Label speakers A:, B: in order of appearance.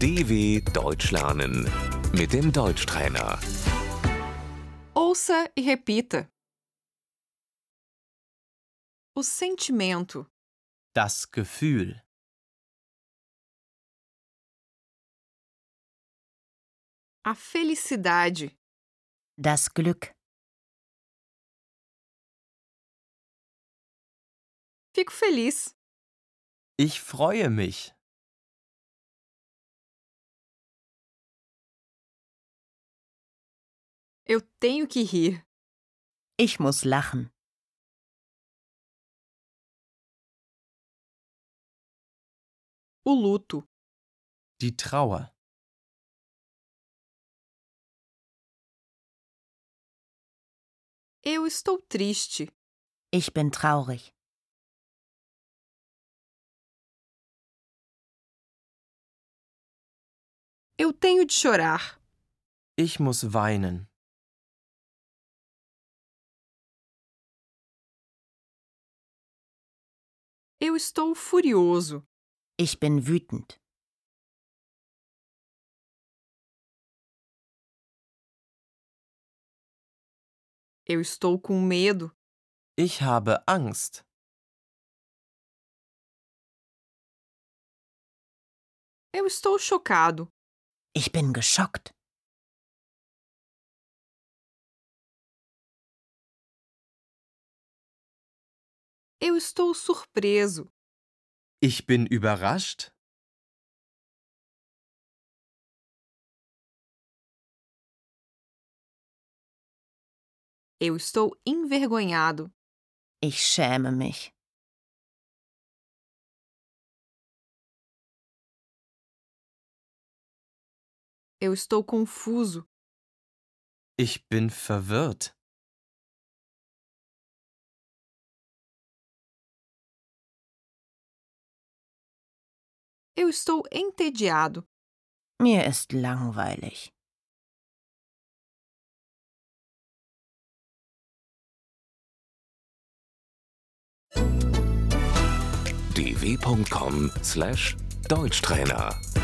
A: DW Deutsch lernen mit dem Deutschtrainer.
B: Ouça e repita. O sentimento,
C: Das Gefühl.
B: a felicidade,
D: Das Glück.
B: fico feliz,
C: Ich freue mich.
B: eu tenho que rir,
D: Ich muss lachen.
B: o luto,
C: Die Trauer.
B: eu estou triste,
D: Ich bin traurig.
B: eu tenho de chorar,
C: Ich muss weinen.
B: eu estou furioso,
D: Ich bin wütend.
B: eu estou com medo,
C: Ich habe Angst.
B: eu estou chocado,
D: Ich bin geschockt.
B: eu estou surpreso,
C: Ich bin überrascht.
B: eu estou envergonhado,
D: Ich schäme mich.
B: eu estou confuso,
C: Ich bin verwirrt.
B: eu estou entediado,
D: Mir ist langweilig.
A: dw.com/deutschtrainer